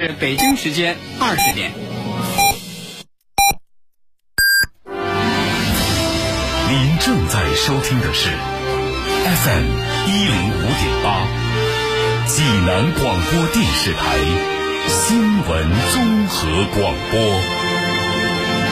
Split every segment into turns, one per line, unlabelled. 是北京时间二十点。
您正在收听的是 FM 一零五点八，济南广播电视台新闻综合广播。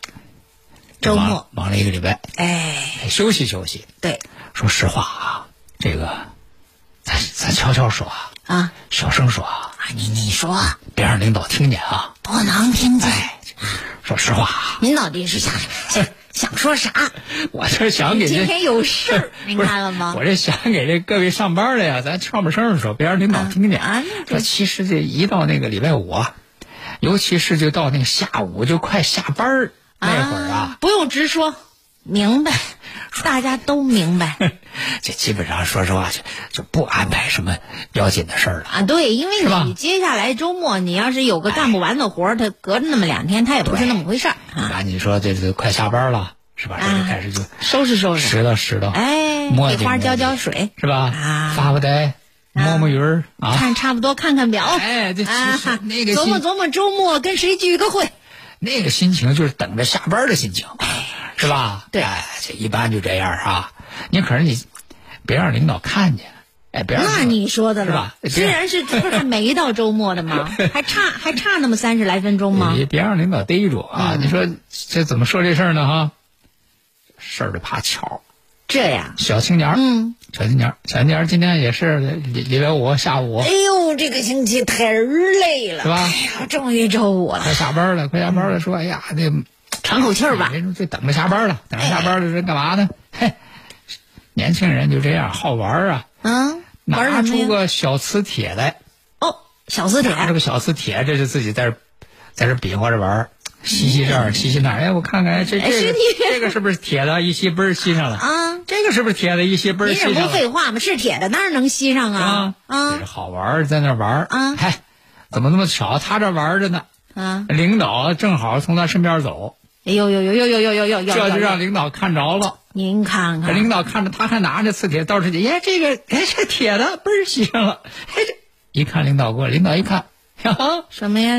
周末
忙了一个礼拜，
哎，
休息休息。
对，
说实话啊，这个咱咱悄悄说啊，
啊，
小声说啊，
你你说，
别让领导听见啊。
不能听见。
哎，说实话啊，
您到底是想想想说啥？
我这想给
今
这
天有事儿，您
不是
看了吗？
我这想给这各位上班的呀，咱悄没声说，别让领导听见。
啊啊那
说其实这一到那个礼拜五啊，尤其是就到那个下午，就快下班儿那会儿啊，
不用直说，明白，大家都明 白
这基本上说实话就就不安排什么要紧的事儿了。
啊。对，因为
是吧
你接下来周末，你要是有个干不完的活儿，他隔着那么两天，他也不是
对
那么回事儿啊。
啊，你说这这快下班了是吧？这
啊
就开始就
收拾收拾，
拾掇拾掇，
哎，
摸
给
几
花
摸
浇
几
浇水，
是吧？
啊
发发呆，摸摸鱼儿啊。
看差不多，看看表。
哎这其实
啊
那个
琢
心哎
磨琢磨周末跟谁聚个会。
那个心情就是等着下班的心情，是吧？
哎对
哎，这一般就这样啊。你可是你，别让领导看见，哎，别让领导
那你说的
是
了
吧，哎别
虽然是这不是还没到周末 的吗？还差还差那么三十来分钟吗？嗯
别别让领导逮住啊！你说这怎么说这事儿呢？哈，事儿就怕巧。
这样，
小青年儿，
嗯，
小青年儿，小青年儿今天也是礼礼拜五下午
哎呦，这个星期太累了，
哦是吧
哎呀，终于周五了，
快下班了，快下班了，说哎呀，这
喘口气儿吧。
哎人这等着下班了，等着下班了，这干嘛呢？嘿，年轻人就这样好玩儿啊，
嗯，玩
拿
什
出
么呀？
个小磁铁来，
哦，小磁铁，
拿着个小磁铁，这是自己在这在这比划着玩儿，吸吸这儿，吸吸那儿。哎，我看看，哎这
哎
这
是
个
你
这个是不是铁的？一吸嘣儿吸上了
啊
这个是不是铁的？一吸嘣儿
您
吸上
这不
了
废话吗？是铁的，当然能吸上啊
啊
啊
这是好玩儿，在那玩儿
啊
嗨，怎么那么巧？他这玩儿着呢，
啊！
领导正好从他身边走，
哎呦呦呦呦呦呦呦呦呦！
这就让
呦
领导看着了。
您看
这
看，
领导看着他还拿着磁铁到处去，哎，这个哎这铁的嘣儿吸上了，哎这一看领导过来，领导一看，呀，
什么呀？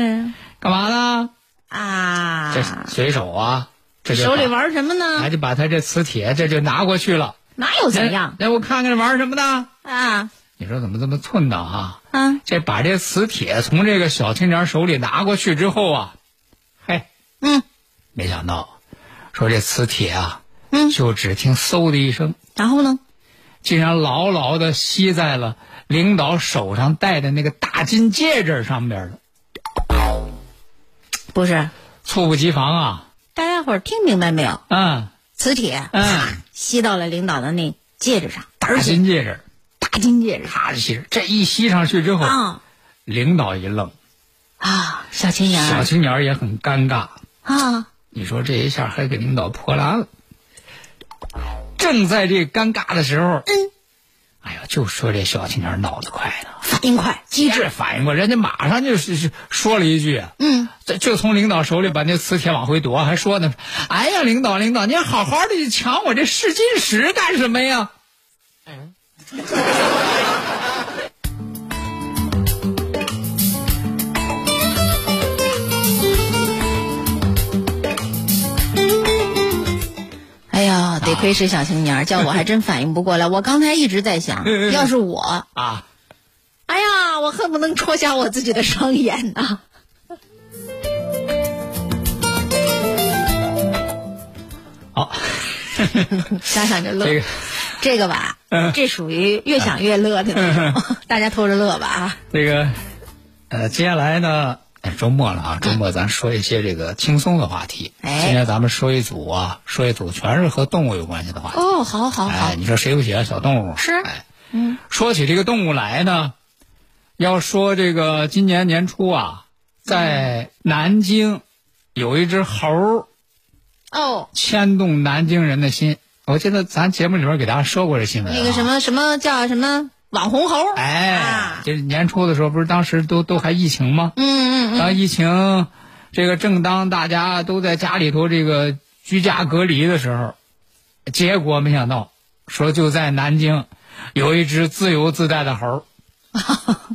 干嘛呢？
啊
这，随手啊，这就
手里
把，
玩什么
他
呢？
就把他这磁铁这就拿过去了。
哪有怎样
哎？哎，我看看玩什么呢？
啊
你说怎么这么寸呢？哈，
啊？
这把这磁铁从这个小青年手里拿过去之后啊，嘿，
嗯
没想到，说这磁铁啊，
嗯，
就只听嗖的一声，
然后呢？
竟然牢牢的吸在了领导手上戴的那个大金戒指上边了。
不是，
猝不及防啊，
大家伙儿听明白没有？
嗯，
磁铁，
嗯
啪吸到了领导的那戒指上，
大金戒指，
大金戒指上。
咔吸，这一吸上去之后，
啊
领导一愣，
啊，小青年
小
儿
青年儿也很尴尬。
啊，
你说这一下还给领导破烂了。正在这尴尬的时候，嗯，哎呀，就说这小青年儿脑子快呢，
反应快，机
一
智。
直反应过来，人家马上就是是说了一句，啊
嗯，
这就从领导手里把那磁铁往回夺，还说呢，哎呀，领导领导，您好好的抢我这试金石干什么呀？
哎呀，得亏是小青年儿，叫我还真反应不过来。我刚才一直在想，
嗯嗯嗯
要是我，
啊，
哎呀，我恨不能戳瞎我自己的双眼呐、
好，
想想就乐。
这个嗯
这个吧，这属于越 想越乐的那种，大家偷着乐吧啊。
这个，呃，接下来呢，哎周末了啊，周末咱说一些这个轻松的话题。
嗯哎
今天咱们说一组啊，说一组全是和动物有关系的话题。
哦，好好好
哎，，你说谁不喜欢小动物？
是
哎，嗯，说起这个动物来呢，要说这个今年年初啊，
嗯
在南京有一只猴儿
哦，
牵动南京人的心。我记得咱节目里边给大家说过这新闻、啊，
那个什么什么叫什么网红猴儿？
哎，
啊
这年初的时候，不是当时都都还疫情吗？
嗯嗯
当疫情，这个正当大家都在家里头这个居家隔离的时候，结果没想到，说就在南京，有一只自由自在的猴儿，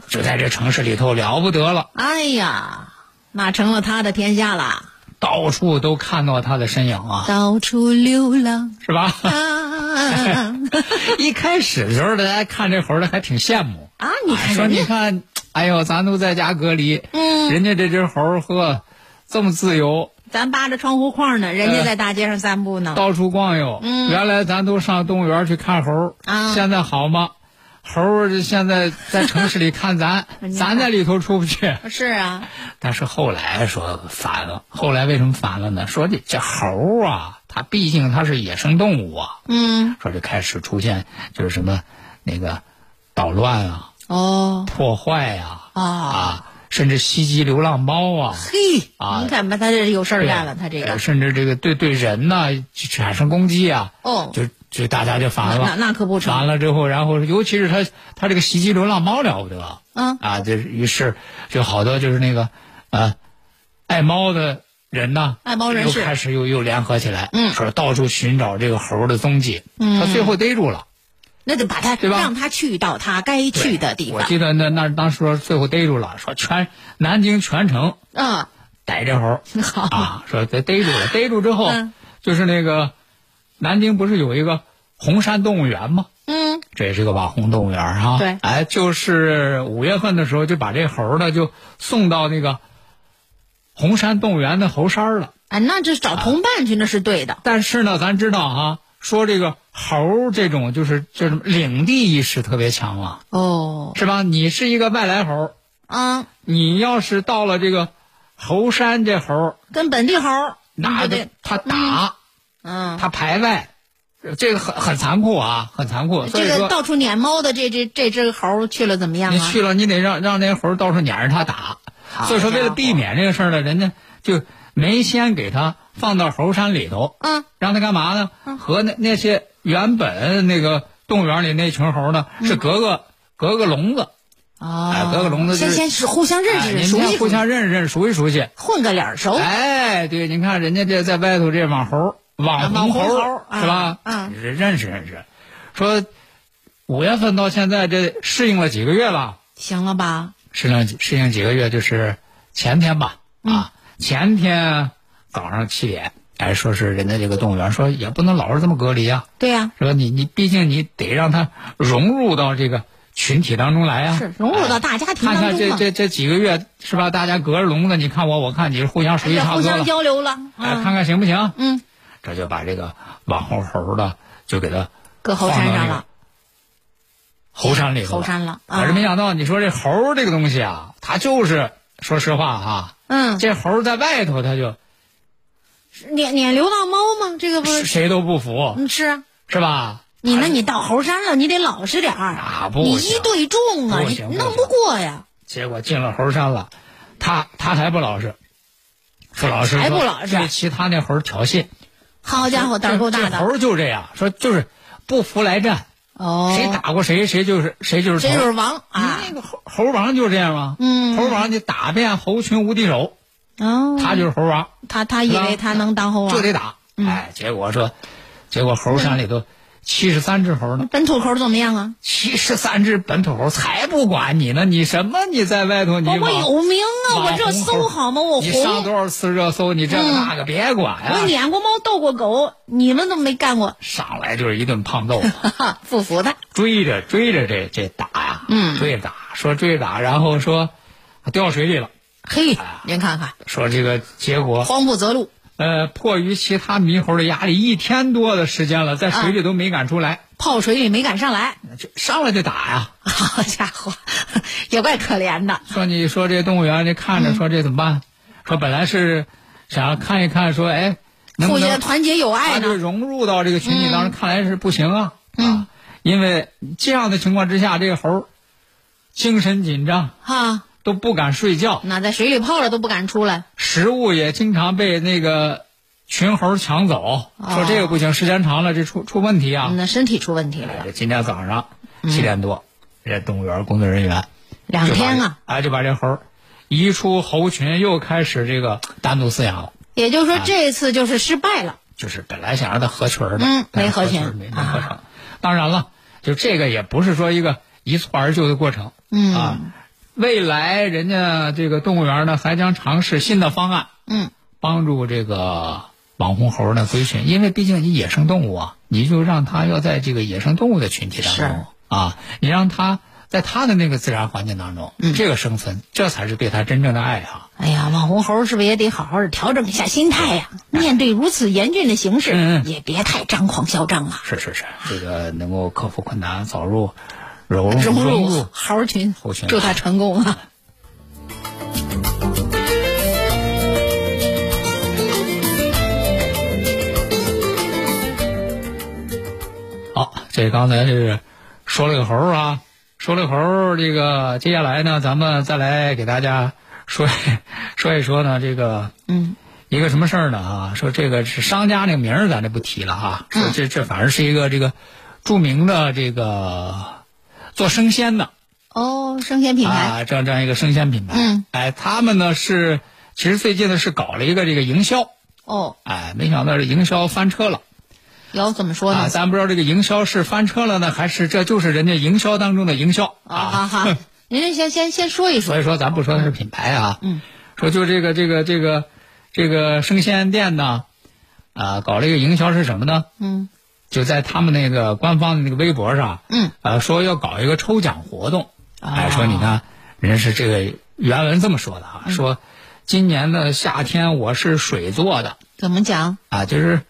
就在这城市里头了不得了，
嗯，哎呀，那成了他的天下啦，
到处都看到它的身影啊，
到处流浪
是吧？
啊！
一开始的时候，大家看这猴儿的还挺羡慕，
啊，你
哎
看
说
人
你
家，
看，哎呦，咱都在家隔离，
嗯
人家这只猴儿呵，这么自由，
咱扒着窗户框呢，人家在大街上散步呢。
嗯到处逛悠。
啊嗯
原来咱都上动物园去看猴儿，
啊
现在好吗？猴儿现在在城市里看 咱
看，
咱在里头出不去。
是啊，
但是后来说反了，后来为什么反了呢？说这这猴儿啊，它毕竟它是野生动物啊，
嗯，
说就开始出现就是什么那个捣乱啊、
哦，
破坏呀
啊
啊，甚至袭击流浪猫啊。
嘿，
啊
你看吧，他这有事儿干了，
对
他这个
呃，甚至这个对对人呐产生攻击啊，
哦，
就就大家就
那
烦
那
了，
那可不
完
成，
了之后，然后尤其是他他这个袭击流浪猫了不得
嗯
啊，就是于是就好多就是那个呃爱猫的人呐，
爱猫人士
又开始又又联合起来，
嗯
说到处寻找这个猴儿的踪迹，
嗯
他最后逮住了。
那就把他
对吧
让他去到他该
对
去的地
我
方，
记得那那当时说最后逮住了，说全南京全城
嗯，
逮这猴儿
好
啊，说逮逮住了，逮住之后、
嗯
就是那个南京不是有一个红山动物园吗？
嗯，
这也是个网红动物园儿啊。
对
哎，就是五月份的时候就把这猴儿呢就送到那个红山动物园的猴山儿了。
啊，那这找同伴去那是对的，
但是呢，咱知道啊，说这个猴儿这种就是就是领地意识特别强啊，
哦，
是吧？你是一个外来猴儿，
嗯，
你要是到了这个猴山这猴儿，
跟本地猴儿
那
就
就
得，
他打、
嗯，
他排外，这个很很残酷啊，很残酷。所
这
以
个
说，
到处撵猫的这这这只猴儿去了怎么样
你
啊？
去了，你得让让那猴儿到处撵着他打。所以说，为了避免这个事儿呢，人家就没先给他放到猴山里头，
嗯，
让他干嘛呢？和那那些原本那个动物园里那群猴呢，
嗯
是隔个隔个笼子，
哦
哎，隔个笼子就
先
是
先是互相认
哎
识
你
认
们
识，熟
先
悉哦
互相认识认识，熟悉熟悉。
混个脸儿熟，
哎，对，您看人家这在外头这网猴、网
啊网
红
红猴
是吧？
啊啊
认识认识。说五月份到现在这适应了几个月了？
行了吧？
适应适应几个月就是前天吧，
嗯
啊，前天早上七点，哎，说是人家这个动物园说也不能老是这么隔离啊，
对呀、
是吧？你你毕竟你得让它融入到这个群体当中来啊，
是融入到大家庭
看
当
看
中
这
了，
这这几个月是吧？大家隔着笼子，你看我，我看你，互相熟悉
要
差
互
不多
相
了，
交流了，
哎，
嗯
看看行不行？
嗯，
这就把这个网红猴的就给它
搁猴山上
放到那
了
个，猴山里头
猴山了，
可是没
啊，
想到，你说这猴这个东西啊，它就是说实话哈、
嗯，
这猴在外头它就
撵撵流浪猫吗？这个不是，
谁都不服，
嗯嗯，是啊
是吧？
你那你到猴山了，你得老实点儿
啊不
你
行
一对众啊，
不
你
行不
弄
行
不过呀，
结果进了猴山了，它它还不老实，不老实，
还
说
不老实
对其他那猴挑衅。
好家伙，胆儿够大
这
的，
猴就这样，说就是不服来战，
哦，
谁打过谁，谁就是谁就是
这
头
就是王啊
你，那个猴猴王就是这样吗？
嗯
猴王你打遍猴群无敌手，
哦，
他就是猴王，
他他以为他能当猴
就
王，
得打。
嗯
哎，结果说，结果猴山里头七十三只猴呢，
本土猴怎么样啊？
七十三只本土猴才不管你呢，你什么你在外头你
我我
网
有名啊，我这
网红猴
搜好吗？我
你上
红，
多哎少次热搜，你这个那个别管
嗯我
呀，
撵过猫，斗过狗，你们怎么没干过？
上来就是一顿胖揍。
哈哈，不服他，
追着追着这这打呀，
嗯
追着打，说追着打，然后说掉水里了，
嘿，
啊
您看看，
说这个结果
慌不择路，啊
呃，迫于其他猕猴的压力，一天多的时间了，在水里都没敢出来。
泡水里没敢上来。
这上来就打呀。
好家伙， 也怪可怜的。
说你说这动物园，这看
嗯
着说这怎么办？说本来是想要看一看，说哎，能不
互相
能
团结友爱
把这
呢。
融入到这个群体当中？看来是不行啊。嗯，因为这样的情况之下，这个猴儿精神紧张，
哈，
都不敢睡觉，
那在水里泡了都不敢出来。
食物也经常被那个群猴儿抢走。
啊
说这个不行，时间长了这出出问题啊。哎
那身体出问题了，
这今天早上七点多，人家动物园工作人员
嗯两天啊，！
哎，就把这猴儿移出猴群，又开始这个单独饲养了。
也就是
啊
说这次就是失败了。
就是本来想让它合群儿的，
嗯
但是
没合群啊
合没没合成。当然了，就这个也不是说一个一蹴而就的过程。
嗯
啊，未来人家这个动物园呢还将尝试新的方案，
嗯，
帮助这个网红猴呢归群，因为毕竟你野生动物啊，你就让它要在这个野生动物的群体当中啊，你让它在它的那个自然环境当中，
嗯
这个生存，这才是对它真正的爱啊。
哎呀，网红猴是不是也得好好的调整一下心态呀、面对如此严峻的形势，
哎嗯嗯
也别太张狂嚣张啊，
是是是，这个能够克服困难，早入融入
融
融
入
入
猴群
猴，群
祝他成功啊！
好，哦这刚才是说了个猴儿啊，说了个猴儿，这个接下来呢，咱们再来给大家说一说一说呢，这个
嗯，
一个什么事儿呢啊？说这个是商家那个名儿，咱就不提了哈、
嗯
说这这反正是一个这个著名的这个做生鲜的
哦，生鲜品牌，
啊，这样这样一个生鲜品牌，
嗯，
哎，他们呢是其实最近呢是搞了一个这个营销，
哦，
哎，没想到这营销翻车了。
要怎么说呢
啊，？咱不知道这个营销是翻车了呢，还是这就是人家营销当中的营销啊？
哈哈，您这先先先说一说，
所以说，咱不说它是品牌啊，嗯，说就这个这个这个这个生鲜店呢，啊，搞了一个营销是什么呢？
嗯
就在他们那个官方的那个微博上，
嗯，啊
呃，说要搞一个抽奖活动，哎，说你看，人家是这个原文这么说的啊，
嗯
说今年的夏天我是水做的
怎么讲
啊，就是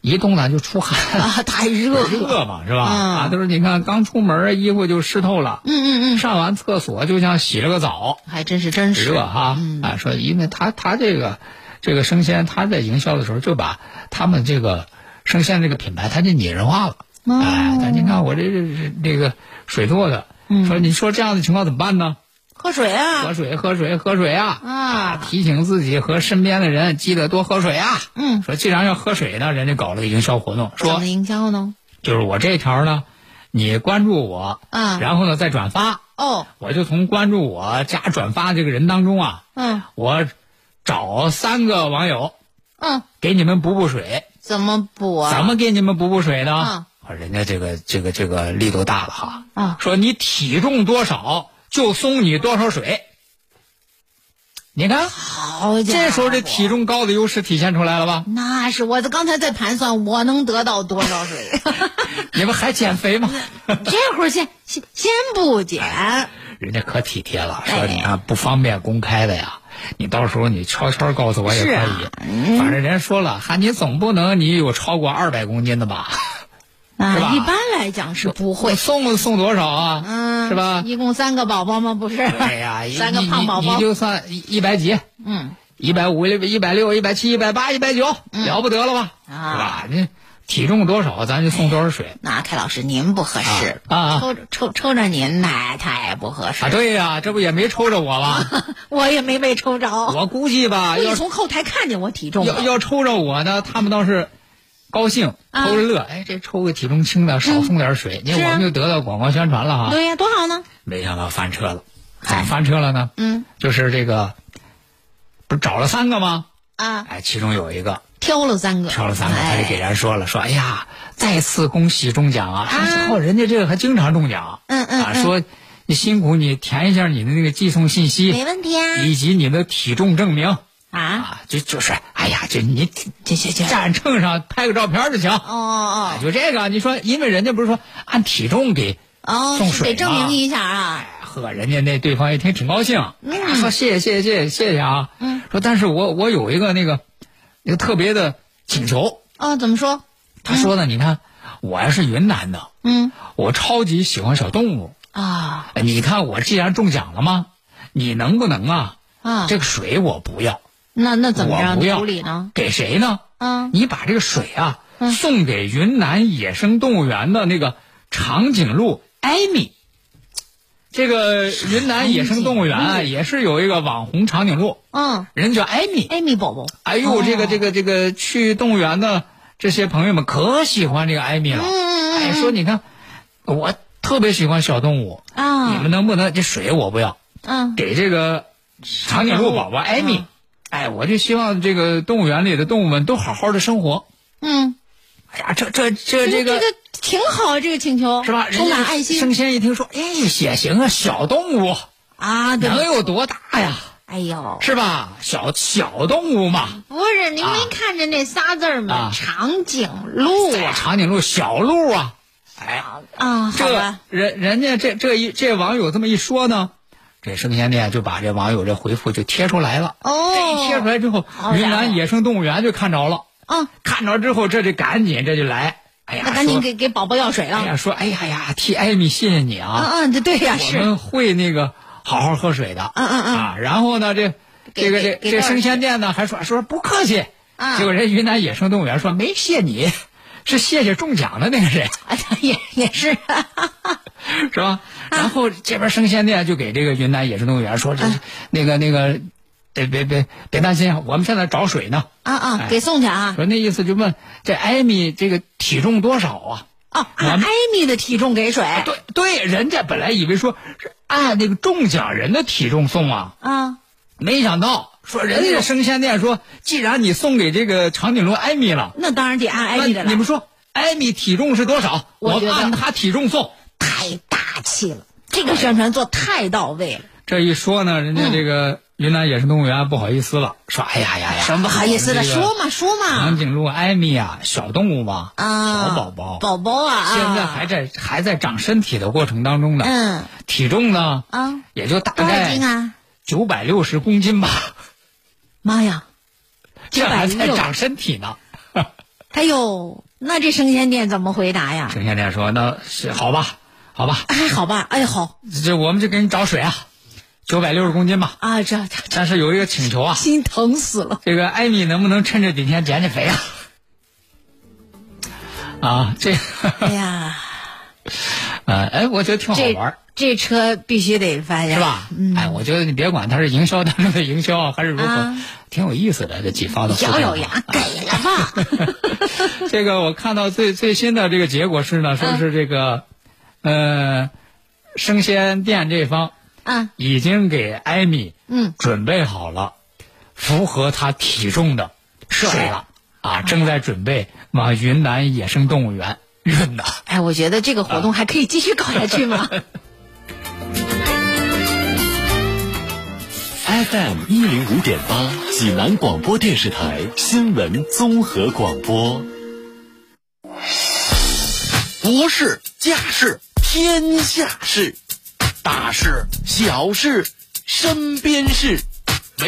一动呢就出汗。
啊？太热了，
热嘛，是吧？
嗯
啊，他说你看刚出门儿衣服就湿透了，
嗯嗯嗯，
上完厕所就像洗了个澡，
还真是真是嗯
热哈、啊，说因为他他这个这个生鲜，他在营销的时候就把他们这个生鲜这个品牌，他就拟人化了。
哦
哎，但你看我这这这个水做的，说你说这样的情况怎么办呢？
喝水
喝
嗯啊，
水，喝水，喝水啊！
啊
提醒自己和身边的人记得多喝水啊。
嗯
说既然要喝水呢，人家搞了个营销活动，
怎
说
么营销呢？
就是我这条呢，你关注我，
啊
然后呢再转发，
哦，
我就从关注我加转发这个人当中啊，
嗯
我找三个网友
嗯，
给你们补补水，
怎么补啊？
怎么给你们补补水呢？
啊
我说人家这个这个这个力度大了哈，
啊
说你体重多少就送你多少水，你看
好家伙，
这时候这体重高的优势体现出来了吧？
那是我刚才在盘算我能得到多少水，啊
你们还减肥吗？
这会儿先先先不减，
人家可体贴了，
哎
说你啊看不方便公开的呀，你到时候你悄悄告诉我也可以。
是啊
反正人家说了，哈，你总不能你有超过二百公斤的吧？ 是吧
啊，一般来讲是不
我
会，
送送多少啊？
嗯，
是吧？
一共三个宝宝吗？不是，
对呀，你
三个胖宝
你你
宝，
就算一百几，
嗯，
一百五、一百六、一百七、一百八、一百九，了不得了吧？
啊
是吧？你体重多少，咱就送多少水
那凯老师您不合适
啊啊
抽着抽抽着您那太不合适
啊？，对呀，这不也没抽着我 吗？
我也没被抽着，
我估计吧，
我
要
一
是
从后台看见我体重
要
了，
要抽着我呢，他们倒是高兴，
啊
偷着乐。哎，这抽个体重轻的，少送点水，你看
是啊
我们就得到广告宣传了哈。
对呀，多好呢，
没想到翻车了，怎
啊哎
么翻车了呢？
嗯
就是这个，不是找了三个吗？
啊，
哎，其中有一个
挑了三个，
挑了三个，他就给
哎
人说了，说哎呀，再次恭喜中奖啊！
啊
说哦，人家这个还经常中奖，
嗯嗯
啊，
嗯
说你辛苦你填一下你的那个寄送信
没
息，
问题啊
以及你的体重证明
啊，
啊，就就是哎呀，这你
这这 这，
站秤上拍个照片就行。
哦哦
啊，。就这个，你说，因为人家不是说按体重给，
哦，
送
是
水
得证
吗
明一下啊。
呵，人家那对方一听挺高兴，
嗯
哎呀，说谢谢谢谢谢谢谢谢啊，嗯，说但是我我有一个那个一个特别的请求，
哦，怎么说？
他说呢，你看我呀是云南的，
嗯
我超级喜欢小动物。
啊
哎你看我既然中奖了吗？你能不能啊？
啊，
这个水我不要，
那那怎么
我
着
不要
处理呢？？
给谁呢？
啊
你把这个水啊、
嗯
送给云南野生动物园的那个长颈鹿艾米。这个云南野生动物园啊，也是有一个网红长颈鹿，
嗯，
人叫艾米。
艾米宝宝，
哎呦，这个这个这个去动物园的这些朋友们可喜欢这个艾米了。
嗯
哎，说你看，我特别喜欢小动物，
啊，
你们能不能这水我不要，
嗯
给这个长颈鹿宝宝艾米
嗯？
哎，我就希望这个动物园里的动物们都好好的生活。
嗯，
哎呀，这这这这
这
个
个挺好，啊这个请求
是吧？
充
人
满
家
爱心
生鲜一听说，哎，也行啊，小动物
啊，对吧
能有多大呀？
哎呦，
是吧？小小动物嘛，
不是您没看着那仨字儿吗
啊？
长颈鹿
哎
啊
长颈鹿、小鹿啊，哎，
啊，好
这
吧，
人人家这这一这网友这么一说呢，这生鲜店就把这网友这回复就贴出来了。这一贴出
哦，
来之后
好，家伙
云南野生动物园就看着了，
啊，
看着之后这就赶紧这就来，哎呀，
那赶紧
说
给给宝宝要水
哎
了。
呀说哎呀呀，替艾米谢谢你
嗯
啊，
嗯，对对呀，
我
是
们会那个好好喝水的，
嗯嗯嗯
啊，然后呢这
给
这个这
给给
这
多少
生鲜店呢还说说不客气，
啊
结果人云南野生动物园说没谢你， 是谢谢中奖的那个人。
啊也 也是，嗯
是吧？
啊
然后这边生鲜店就给这个云南野生动物园说，
啊
这是那个那个，别别别别担心啊，我们现在找水呢。
啊啊，给送去啊。
哎说那意思就问这艾米这个体重多少啊？
哦，
我们啊
按艾米的体重给水
对对，人家本来以为说是按那个中奖人的体重送啊，
啊，
没想到说人
哎
家生鲜店说，既然你送给这个长颈鹿艾米了，
那当然得按
那
艾米的
你
了，
们说艾米体重是多少？
我
我
觉得
按他体重送。
太大气了，这
哎
个宣传做太到位了。
这一说呢，人
嗯
家这个云南野生动物园不好意思了，说哎呀呀呀，
什么不好意思的，
我们这个
说嘛说
长
嘛
颈鹿艾米啊，小动物嘛，
啊，
小宝宝，
宝宝啊，啊
现在还在还在长身体的过程当中呢，
嗯
体重呢，
啊，
也就大
多少斤
概
啊？
九百六十公斤吧，
妈呀，
这还在
960
长身体呢。
哎呦，那这生鲜店怎么回答 呀？
陈先生说：“那是好吧，好吧，
还好吧，哎好
这我们就给你找水啊，九百六十公斤吧。
啊，这这这
但是有一个请求啊，
心疼死 了。
这个艾米能不能趁这几天减减肥啊？啊，这，
哎呀，
呃，哎，我觉得挺好
这
玩儿，
这车必须得翻呀，
是吧？哎，我觉得你别管它是营销当中的营销啊还是如何，
啊
挺有意思的这几方的互
咬
动
咬
啊
牙给了吧？
这个我看到最最新的这个结果是呢，
嗯
说是这个，呃，生鲜店这方
啊，
已经给艾米
嗯
准备好了符合她体重的水了啊，正在准备往云南野生动物园运呢。
哎，我觉得这个活动还可以继续搞下去吗？
啊
FM 一零五点八，济南广播电视台新闻综合广播。国事、家事、天下事，大事、小事、身边事，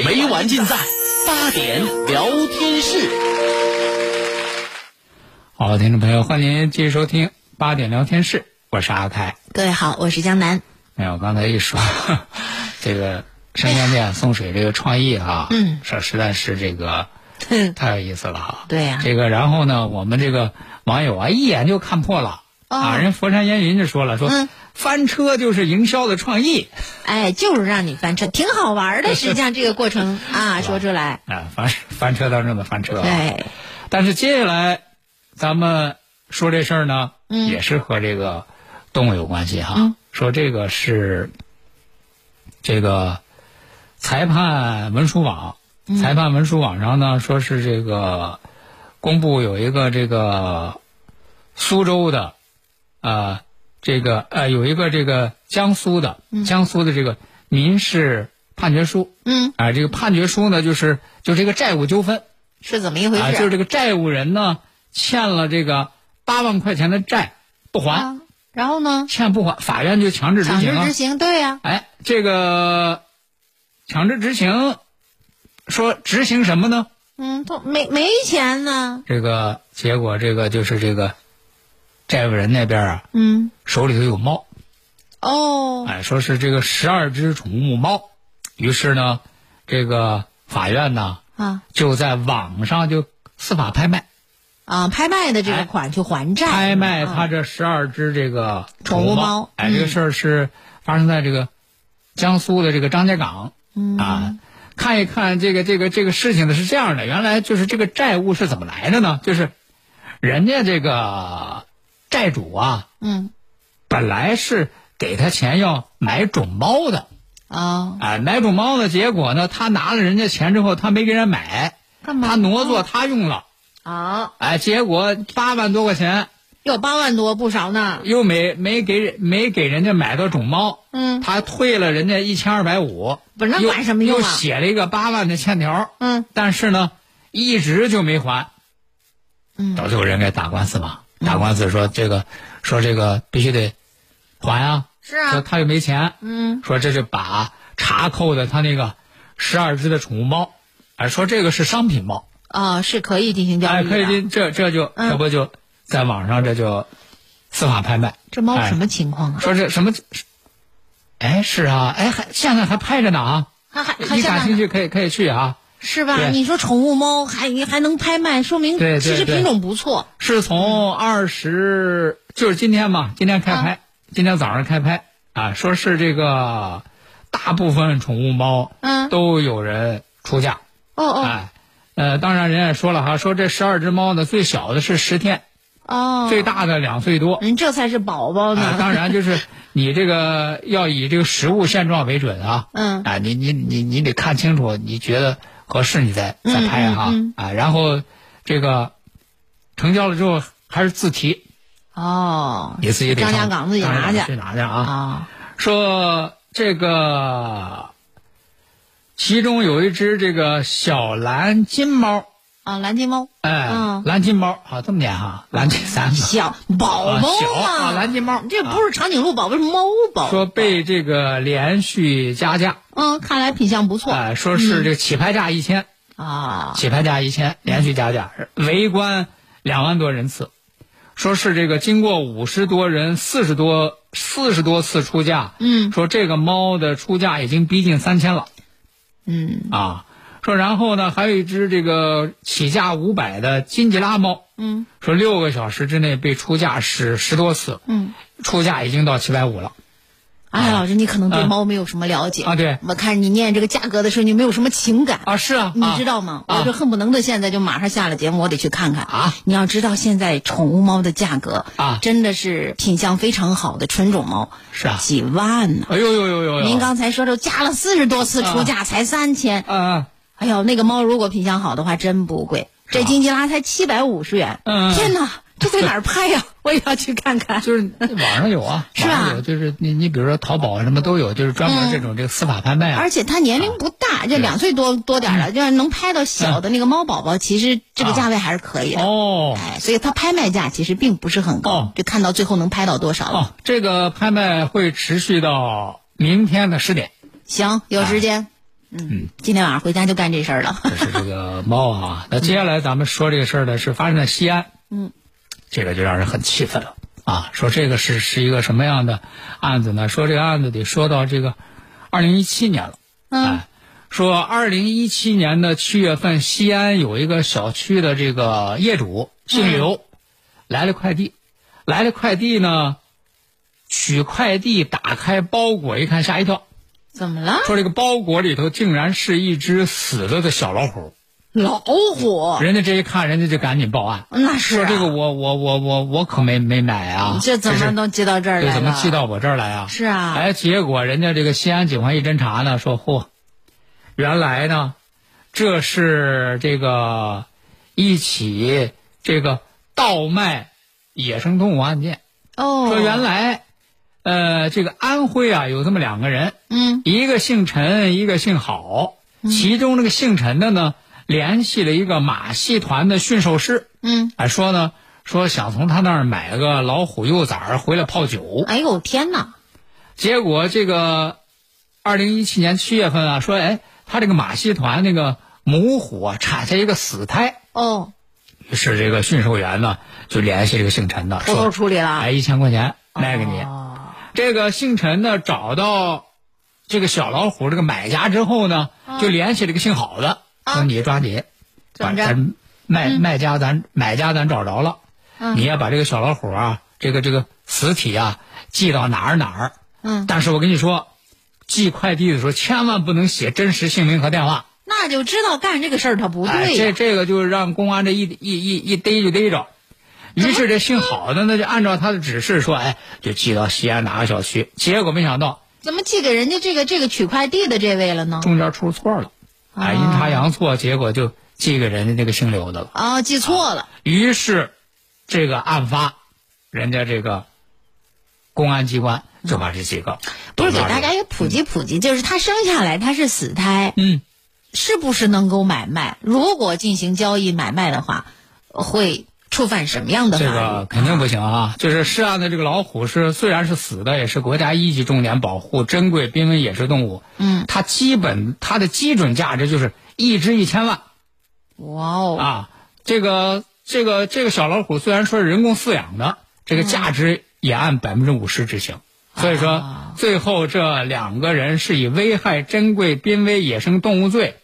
每晚尽在八点聊天室。
好，听众朋友，欢迎您继续收听八点聊天室，我是阿凯。
各位好，我是江南。
没有，刚才一说 这个生鲜店送水这个创意啊，
嗯，
这实在是这个
哼
太有意思了哈。
对呀
这个然后呢，我们这个网友啊一眼就看破了、
哦
啊，人佛山烟云就说了，说、
嗯
翻车就是营销的创意
哎，就是让你翻车，挺好玩的。实际上这个 过程啊，说出来，
啊，翻翻车当中的翻车、啊。
对，
但是接下来咱们说这事儿呢，
嗯
也是和这个动物有关系哈。
嗯
说这个是这个裁判文书网，
嗯
裁判文书网上呢说是这个公布有一个这个苏州的呃这个呃有一个这个江苏的、江苏的这个民事判决书
嗯，
啊、这个判决书呢就是就这个债务纠纷。
是怎么一回事？
啊，就是这个债务人呢欠了这个八万块钱的债不还，
啊，然后呢？
欠不还，法院就强制执
强制
行啊
执。行，对呀、
哎，这个强制执行，说执行什么呢？
嗯，都没没钱呢，
这个结果，这个就是这个债务人那边啊
嗯，
手里头有猫，
哦，
哎，说是这个十二只宠物猫，于是呢，这个法院呢
啊
就在网上就司法拍卖，
啊，拍卖的这
哎
个款去还债，
拍卖
啊
他这十二只这个
宠物
物
猫嗯
哎，这个事儿是发生在这个江苏的这个张家港。
嗯
啊，看一看这个这个这个事情呢是这样的，原来就是这个债务是怎么来的呢？就是人家这个债主啊，
嗯
本来是给他钱要买种猫的，
啊，
啊，买种猫的结果呢，他拿了人家钱之后，他没给人买，
干嘛？
他挪作他用了，
啊，
哎，结果八万多块钱
有八万多，不少呢。
又没没给没给人家买到种猫，
嗯
他退了人家一千二百五，
不是那
又
管什么用啊
又写了一个八万的欠条，
嗯
但是呢，一直就没还。
嗯，
到最后人给打官司嘛，打官司说这个说这个必须得还啊，
是
说
啊，
他又没钱，
嗯
说这就把查扣的他那个十二只的宠物猫，哎，说这个是商品猫，
啊，是可以进行交
哎，
易的。
可以进这这就
嗯
这不就在网上这就司法拍卖，
这猫
哎
什么情况啊？
说这什么，哎是啊，哎还现在还拍着呢啊，
还还还
你感兴趣可以可以去啊，
是吧？
对
你说宠物猫还你还能拍卖，说明
对对
其实
对
品种不错。
是从二十，就是今天嘛，今天开拍，
啊
今天早上开拍啊，说是这个大部分宠物猫
嗯，
都有人出价，
哦哦
哎，呃，当然人家也说了哈，说这十二只猫呢，最小的是十天，
哦，
最大的两岁多，
嗯，这才是宝宝
啊，
呢。
当然就是你这个要以这个实物现状为准啊，
嗯
啊，你你你你得看清楚，你觉得合适你再再拍哈、
嗯
啊，然后这个成交了之后还是自提。
哦，
你自己得
张
上
家港自己拿去
自己拿去啊。
啊，
说这个，其中有一只这个小蓝金猫，
啊，蓝金猫
哎，
嗯
蓝金猫，好、这么念哈，蓝金三个，
小宝
啊
宝
小啊，
嘛，
蓝金猫，啊
这不是长颈鹿宝宝，是猫宝。
说被这个连续加价，
嗯，看来品相不错
哎，说
嗯
是这个起拍价一千、
啊。
起拍价一千，连续加价，围观两万多人次，说是这个经过五十多人、四十多、四十多次出价，
嗯
说这个猫的出价已经逼近三千了
嗯
啊。说然后呢，还有一只这个起价五百的金吉拉猫，
嗯
说六个小时之内被出价十十多次，
嗯，
出价已经到七百五了
哎，老师，你可能对
嗯
猫没有什么了解
啊。对
我看你念这个价格的时候，你没有什么情感。
啊，是啊，
你
啊
知道吗？
啊
我这恨不能的现在就马上下了节目，我得去看看
啊！
你要知道，现在宠物猫的价格
啊
真的是品相非常好的纯种猫，
是啊，
几万呢。
哎呦呦呦呦呦，
您刚才说这加了四十多次出价才三千，
啊啊
哎呦，那个猫如果品相好的话，真不贵。这金吉拉才七百五十元，
嗯
天哪，这在哪儿拍 呀？我也要去看看。
就是网上有啊，
是吧嗯
网上有，就是你你比如说淘宝啊什么都有，就是专门这种这嗯个司法拍卖啊，
而且它年龄不大，就两岁多多点儿了，就是能拍到小的那个猫宝宝，其实这个价位还是可以的。
哦
哎，所以它拍卖价其实并不是很高，
哦
就看到最后能拍到多少了。
哦，这个拍卖会持续到明天的十点。
行，有时
啊
间，嗯，今天晚上回家就干这事儿了。
这是这个猫啊。那接下来咱们说这个事儿呢，是发生在西安。
嗯，
这个就让人很气愤了啊！说这个是是一个什么样的案子呢？说这个案子得说到这个二零一七年了。
嗯
哎，说二零一七年的七月份，西安有一个小区的这个业主
嗯
姓刘，来了快递，来了快递呢，取快递打开包裹一看，吓一跳，
怎么了？
说这个包裹里头竟然是一只死了的小老虎。
老虎？
人家这一看，人家就赶紧报案，
那是、
说
啊、
这个我我我我我可没没买啊，
这怎么
是
能寄到这儿来
这
了？
怎么寄到我这儿来啊？
是啊
哎，结果人家这个西安警方一侦查呢，说嚯，原来呢，这是这个一起这个盗卖野生动物案件。
哦，
说原来，呃，这个安徽啊有这么两个人，
嗯
一个姓陈，一个姓郝。其中那个姓陈的呢，联系了一个马戏团的驯兽师，
嗯，
哎，说呢，说想从他那儿买个老虎幼崽儿回来泡酒。
哎呦天哪！
结果这个，二零一七年七月份啊，说哎，他这个马戏团那个母虎啊，产下一个死胎，
哦，
于是这个驯兽员呢就联系这个姓陈的，
偷偷
说
处理了。
哎一千块钱卖给你。
哦
这个姓陈呢找到这个小老虎这个买家之后呢，就联系这个姓郝的，
嗯啊
说你抓紧，
怎
把
么着嗯
咱卖卖家咱买家咱找着了，你要把这个小老虎啊，这个这个死体啊寄到哪儿哪儿。
嗯
但是我跟你说，寄快递的时候千万不能写真实姓名和电话。
那就知道干这个事儿他不
哎，
对
这
呀。
这个就是让公安这一一一一逮就逮着。于是这姓郝的呢，就按照他的指示说，哎，就寄到西安哪个小区。结果没想到
怎么寄给人家这个这个取快递的这位了呢？
中间出错了，哎，阴差阳错，结果就寄给人家那个姓刘的了。
啊，寄错了。
于是这个案发，人家这个公安机关就把这几个
不是给
都抓
大
住
家
了
也普及普及，就是他生下来他是死胎，
嗯，
是不是能够买卖？如果进行交易买卖的话，会触犯什么样的法
这
律？
个肯定不行啊！就是涉案的这个老虎是虽然是死的，也是国家一级重点保护珍贵濒危野生动物。
嗯，
它基本它的基准价值就是一只一千万
哇哦，
啊！这个这个这个小老虎虽然说是人工饲养的，这个价值也按百分之五十执行。所以说，最后这两个人是以危害珍贵濒危野生动物罪，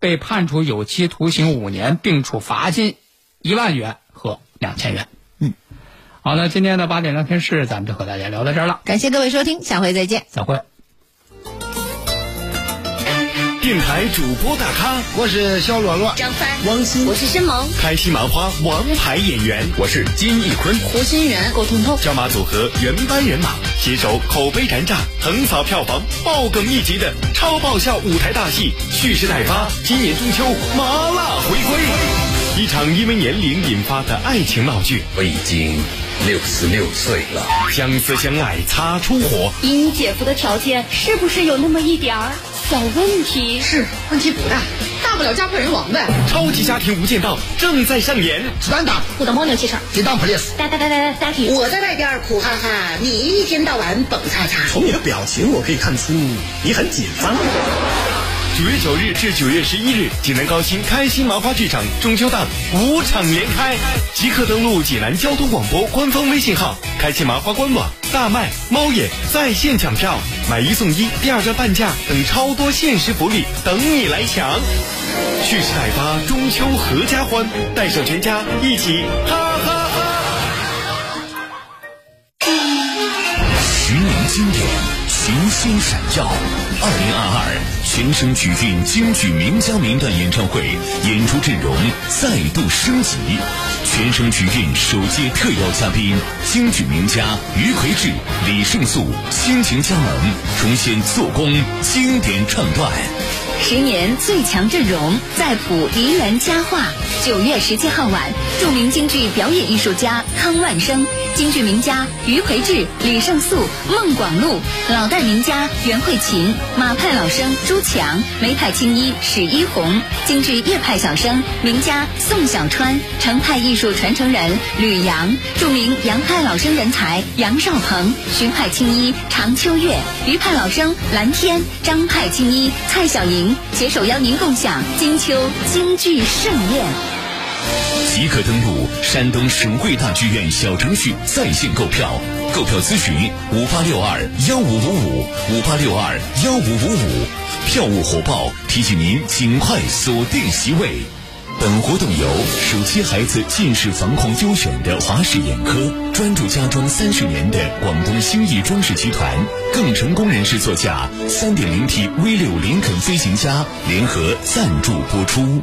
被判处有期徒刑五年，并处罚金一万元和两千元。嗯，好了，今天的八点聊天室咱们就和大家聊到这儿了，
感谢各位收听，下回再见。
再会。
电台主播大咖，我是小罗罗，
张帆，
王鑫
我是申萌，
开心麻花王牌演员，我是金逸坤，
胡心源，郭彤彤，
小马组合原班人马，携手口碑燃炸、横扫票房、爆梗一级的超爆笑舞台大戏《蓄势待发》，今年中秋麻辣回归，一场因为年龄引发的爱情闹剧，
我已经六十六岁了。
相思相爱擦出火，
以你姐夫的条件，是不是有那么一点儿小问题？
是问题不大，大不了家破人亡呗。
超级家庭无间道正在上演。
班长，
我的猫尿气声，
抵挡 police。
哒哒哒哒哒哒滴。
我在外边苦哈哈，你一天到晚蹦擦擦。
从你的表情，我可以看出你很紧张。九月九日至九月十一日，济南高新开心麻花剧场中秋档五场连开，即刻登录济南交通广播官方微信号、开心麻花官网、大麦、猫眼在线抢票，买一送一、第二站半价等超多限时福利等你来抢。蓄势待发，中秋合家欢，带上全家一起哈哈哈。
十年经典，群星闪耀。二零二二全省曲韵京剧名家名段演唱会演出阵容再度升级，全省曲韵首届特邀嘉宾京剧名家于魁智、李胜素亲情加盟，重现做工经典唱段。
十年最强阵容再谱梨园佳话。九月十七号晚，著名京剧表演艺术家康万生、京剧名家于魁智、李胜素、孟广禄、老旦名家袁慧琴、马派老生朱强、梅派青衣史一红、京剧叶派小生名家宋小川、程派艺术传承人吕阳、著名杨派老生人才杨少鹏、荀派青衣常秋月、于派老生蓝天、张派青衣蔡小莹携手邀您共享金秋京剧盛宴。
即可登录山东省会大剧院小程序在线购票，购票咨询五八六二幺五五五五八六二幺五五五，票务火爆，提醒您尽快锁定席位。本活动由暑期孩子近视防控优选的华视眼科专注家装三十年的广东兴义装饰集团更成功人士座驾三点零 T V 六林肯飞行家联合赞助播出。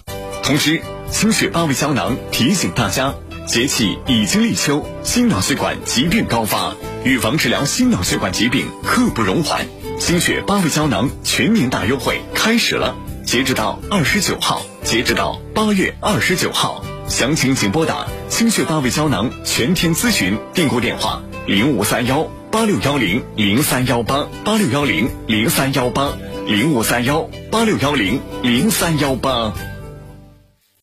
同时，清血八味胶囊提醒大家，节气已经立秋，心脑血管疾病高发，预防治疗心脑血管疾病刻不容缓。清血八味胶囊全年大优惠开始了，截止到二十九号，截止到八月二十九号，详情请拨打清血八味胶囊全天咨询订购电话零五三幺八六幺零零三幺八八六幺零零三幺八零五三幺八六幺零零三幺八。